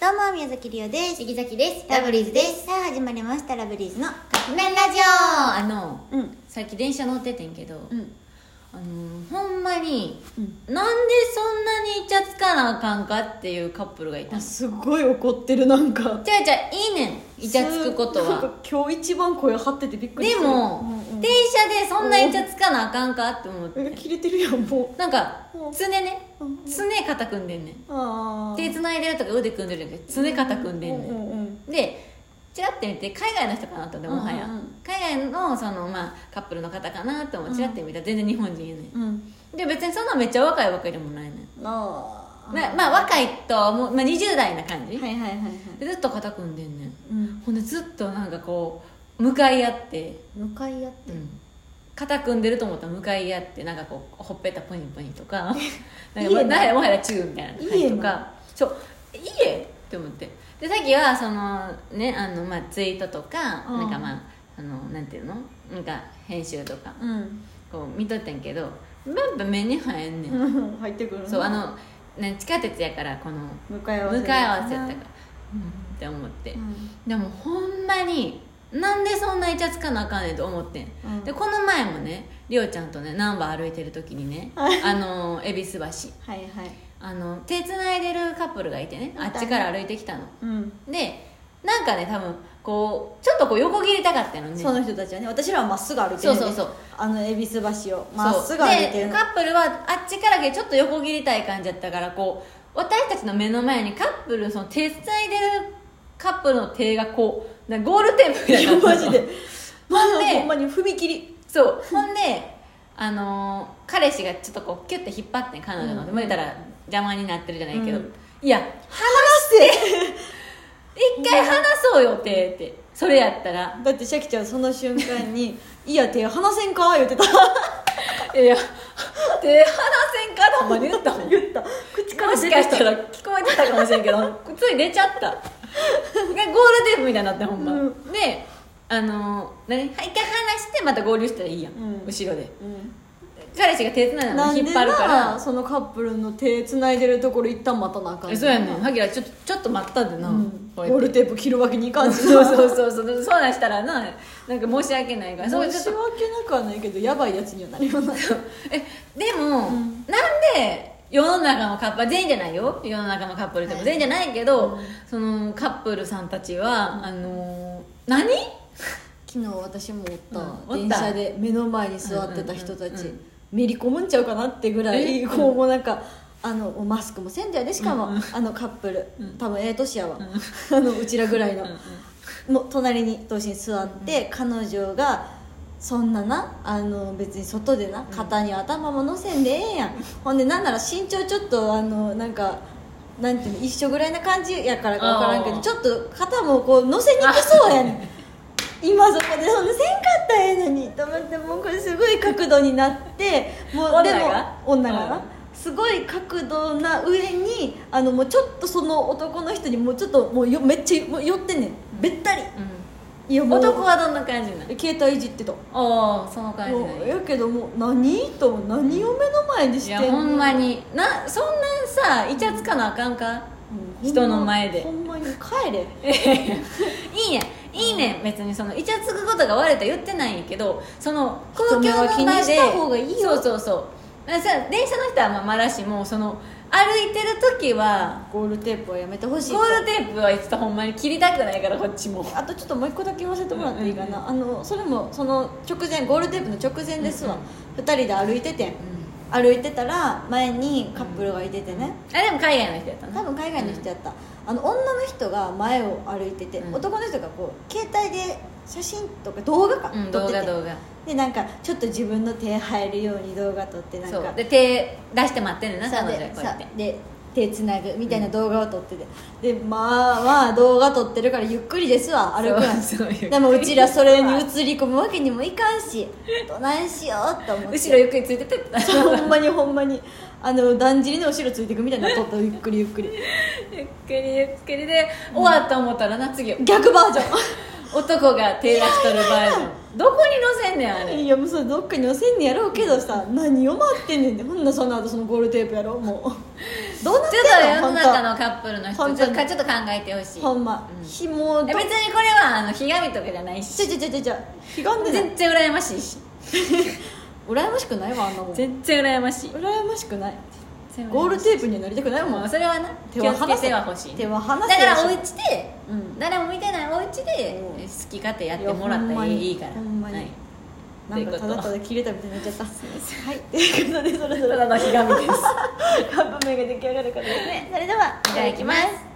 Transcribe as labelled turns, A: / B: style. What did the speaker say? A: どうも宮崎りおです
B: 杉崎です
A: ラ
B: ラ
A: ブ
B: ブ
A: リ
B: リ
A: ー
B: ー
A: ズ
B: ズ
A: で
B: ですす
A: さあ始まりましたラブリーズの
B: 仮面ラジオあの
A: うん
B: さっき電車乗っててんけど、
A: うん
B: あのほんまに、
A: う
B: なんでそんなにイチャつかなあかんかっていうカップルがいたの
A: すごい怒ってるなんか
B: じゃあじゃあいいねんイチャつくことは
A: 今日一番声張っててびっく
B: でも、電車でそんなイチャつかなあかんかって思って
A: 切れてるやんも
B: なんか
A: うん
B: 常ね
A: うん
B: 常肩組んでんねん
A: うあ
B: 手繋いでるとか腕組んでるとか常肩組んでんねん
A: ん
B: でチラッて見て海外の人かなと思ってもはや、
A: うんうんうん
B: 海外のその、まあ、カップルの方かなと思っ
A: うん
B: てチラッて見たら全然日本人やね、
A: うんうん
B: ん、で別にそんなめっちゃ若いわけでもないねん、
A: あー
B: まあ、まあ若いとは思う、まあ、20代な感じ、
A: はいはいはいはい
B: でずっと肩組んでんねん
A: うん
B: ほんでずっとなんかこう向かい合って、
A: 向かい合っ
B: うん、肩組んでると思ったら向かい合ってなんかこうほっぺたポニポニと かなんか
A: いいえな
B: なんやもはやチューみたいな感
A: いい
B: じ
A: え
B: と
A: な
B: かそういいえって思ってでさっきはそのねあの、まあ、ツイートとか、
A: うん
B: なんかまああのなんていうのなんか編集とか
A: うん
B: こう見とったんけどバンバン目に入んねん、
A: うん 入ってくるな
B: そうあのね地下鉄やからこの
A: 向かい合わせ
B: 向かい合わせやったから、
A: か
B: うん、って思って、でもほんまになんでそんなイチャつかなあかんねんと思ってん
A: うん
B: でこの前もねりおちゃんとね難波歩いてる時にねあの恵比寿橋
A: はいはい
B: あの手つないでるカップルがいてねあっちから歩いてきたの
A: うん
B: でなんかね多分こうちょっとこう横切りたかったのね
A: その人たちはね私らはまっすぐ歩いて
B: そ
A: る
B: う
A: ね
B: そうそう
A: あの恵比寿橋をま
B: そ
A: っ
B: う
A: すぐ歩いてる
B: で
A: の
B: カップルはあっちからけどちょっと横切りたい感じだったからこう私たちの目の前にカップルその手つないでるカップルの手がこうなんかゴールテープみたい
A: い
B: に
A: や
B: なってる
A: マ
B: の
A: ジで
B: ほんで
A: ほんまに踏切
B: そうほんであのー彼氏がちょっとこうキュッて引っ張ってん彼女の
A: うん
B: で胸たら邪魔になってるじゃないけど、
A: うん
B: いや
A: 話して
B: 一回話そうよってってそれやったら
A: だってシャキちゃんその瞬間に 「いや手離せんか?」言ってた
B: 「いや手離せんか?」とほんまに言ったもんも
A: 言った口から
B: し
A: 出
B: か
A: て
B: し
A: き
B: た
A: た
B: ら聞こえてたかもしれんけど普通に出ちゃったがゴールテープみたいになってほんま、
A: うん
B: であのー何はい一回話してまた合流したらいいやん、
A: うん
B: 後ろで
A: うん
B: 彼氏が手つないだ
A: な
B: の
A: ん
B: 引っ
A: で
B: 張るから
A: なそのカップルの手つないでるところ一旦待たなあかん
B: えそうやねんはぎらちょっとちょっと待ったでな、
A: うんゴ
B: こうやって
A: ールテープ切るわけにいかんし
B: そうそうそうそうそうなんしたらななんか申し訳ないからそ
A: 申
B: うち
A: し
B: ょっと
A: 訳なくはないけどやばいやつにはなります
B: えでも、
A: うん
B: なんで世の中のカップル全員じゃないよ世の中のカップルでも全員じゃないけど、そのカップルさんたちは、あのー何
A: 昨日私もおった,、
B: うんおった
A: 電車で目の前に座ってた人た
B: うんうんうん
A: ち、
B: うん
A: めり込むんちゃうかなってぐらい
B: え
A: こうもうなんかあのもうマスクもせんだよねしかも、
B: うんうん
A: あのカップル、
B: うん
A: 多分ええ年やわ、
B: ん
A: あのうちらぐらいの、
B: うんうん
A: もう隣に同士に座って、彼女がそんななあの別に外でな肩に頭も乗せんでええやん、ほんでなんなら身長ちょっとあのなんかなんていうの一緒ぐらいな感じやからか分からんけ
B: あ
A: ど
B: ー
A: ちょっと肩もこう乗せにくそうやねん今そこでそんなせんかったらええのにと思ってもうこれすごい角度になってもう
B: 女が
A: でも女がな、
B: うん
A: すごい角度な上にあのもうちょっとその男の人にもうちょっともうよめっちゃもう寄ってんねんべったりいや
B: うん
A: もう
B: 男はどんな感じなの
A: 携帯いじってた
B: おおその感じな
A: も
B: ん
A: う
B: や
A: やけどもう何と何を目の前にし
B: い
A: て
B: や
A: んの
B: ほんまになそんなんさイチャつかなあかんか、
A: うん
B: 人の前で
A: ほんまに帰れ
B: いいねんいいねん別にそのイチャつくことが悪いとは言ってないんやけどその公共の場で
A: 人目は気にした方がいいよ
B: そうそうそうさ電車の人はまあまだしもその歩いてる時は
A: ゴールテープはやめてほしい
B: ゴールテープはちょっとほんまに切りたくないからこっちも
A: あとちょっともう一個だけ言わせてもらっていいかな、
B: う
A: あのそれもその直前ゴールテープの直前ですわ、
B: うん
A: 二人で歩いててん歩いてたら前にカップルがいててね、
B: あでも海外の人やったな
A: 多分海外の人やった、あの女の人が前を歩いてて、
B: うん
A: 男の人がこう携帯で写真とか動画か、
B: うん
A: 撮って
B: 動
A: て
B: 画動画
A: でなんかちょっと自分の手入るように動画撮ってなん
B: そ
A: か
B: うで手出して待ってんねんな
A: さ
B: 彼
A: で
B: 女がこうや
A: さ
B: って
A: で手つなぐみたいな動画を撮ってて、でまあまあ動画撮ってるからゆっくりですわ歩くなんて
B: そうそうゆっくり
A: でもうちらそれに映り込むわけにもいかんしどないしようと思って
B: 後ろゆっくりついてて って
A: そうほんまにほんまにあのだんじりの後ろついてくみたいなの撮ったゆっくりゆっくり
B: ゆっくりゆっくりで終わった思ったらな次
A: 逆バージョ
B: 男が手出しとるバージョンどこに載せんねんあれ
A: ンいやもうそれ どっかに寄せんねやろうけどさ何を待ってんねんってほんなその後そのゴールテープやろもうどうなっ
B: ちょっと
A: て
B: 世
A: んの
B: の
A: 本
B: 中のカップルの人
A: 本
B: ち
A: 当
B: ょっ
A: に
B: とちょっと考えてほし
A: 当
B: い
A: ほんま
B: うん
A: 紐
B: え
A: と
B: 別にこれはあのひがみとかじゃない
A: ちょ
B: し
A: ちょちょちょちょひがんでない
B: 全然羨ましいし
A: 羨ましくないわあんなもん羨
B: 全然羨ましい
A: ましくないゴールテープになりたくないも
B: もうんそれはな
A: 手
B: 気
A: は
B: をつ
A: 離
B: け
A: せ
B: てはほしい
A: 手
B: ね
A: は
B: だ
A: 離せ
B: からお
A: やし
B: 家で
A: うん
B: 誰も見てないお家で
A: うん
B: 好き勝手やってもらったらいいから
A: ほんまに
B: はい
A: なんかただただ切れたみたいになっちゃった はいということでそろそ
B: た
A: ろ
B: だのひがみです
A: カップ麺が出来上がるからですねそれではい
B: ただきます